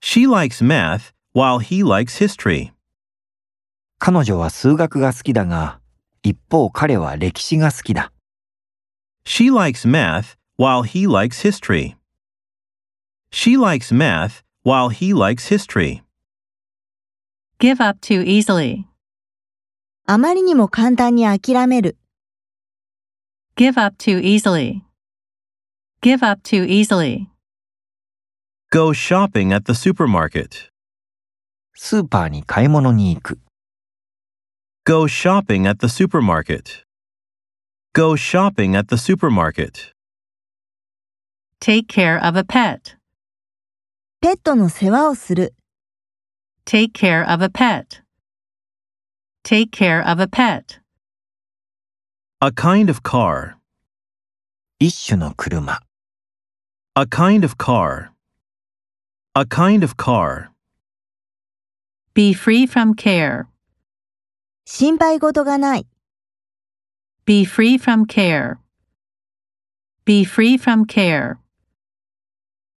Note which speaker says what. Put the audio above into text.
Speaker 1: She likes math while he likes history.
Speaker 2: 彼女は数学が好きだが、一方彼は歴史が好きだ。
Speaker 1: She likes math while he likes history. She likes math while he likes history.
Speaker 3: Give up too easily.
Speaker 4: あまりにも簡単に諦める。
Speaker 3: Give up too easily. Give up too easily.
Speaker 1: Go shopping at the supermarket.
Speaker 2: スーパーに買い物に行く。
Speaker 1: Go shopping at the supermarket. Go shopping at the supermarket.
Speaker 3: Take care of a pet.
Speaker 4: ペットの世話をする。
Speaker 3: Take care of a pet. Take care of a pet.
Speaker 1: A kind of car.
Speaker 2: 一種の車。
Speaker 1: A kind of car. A kind of car.
Speaker 3: Be free from care.
Speaker 4: 心配事がない。
Speaker 3: Be free from care. Be free from care.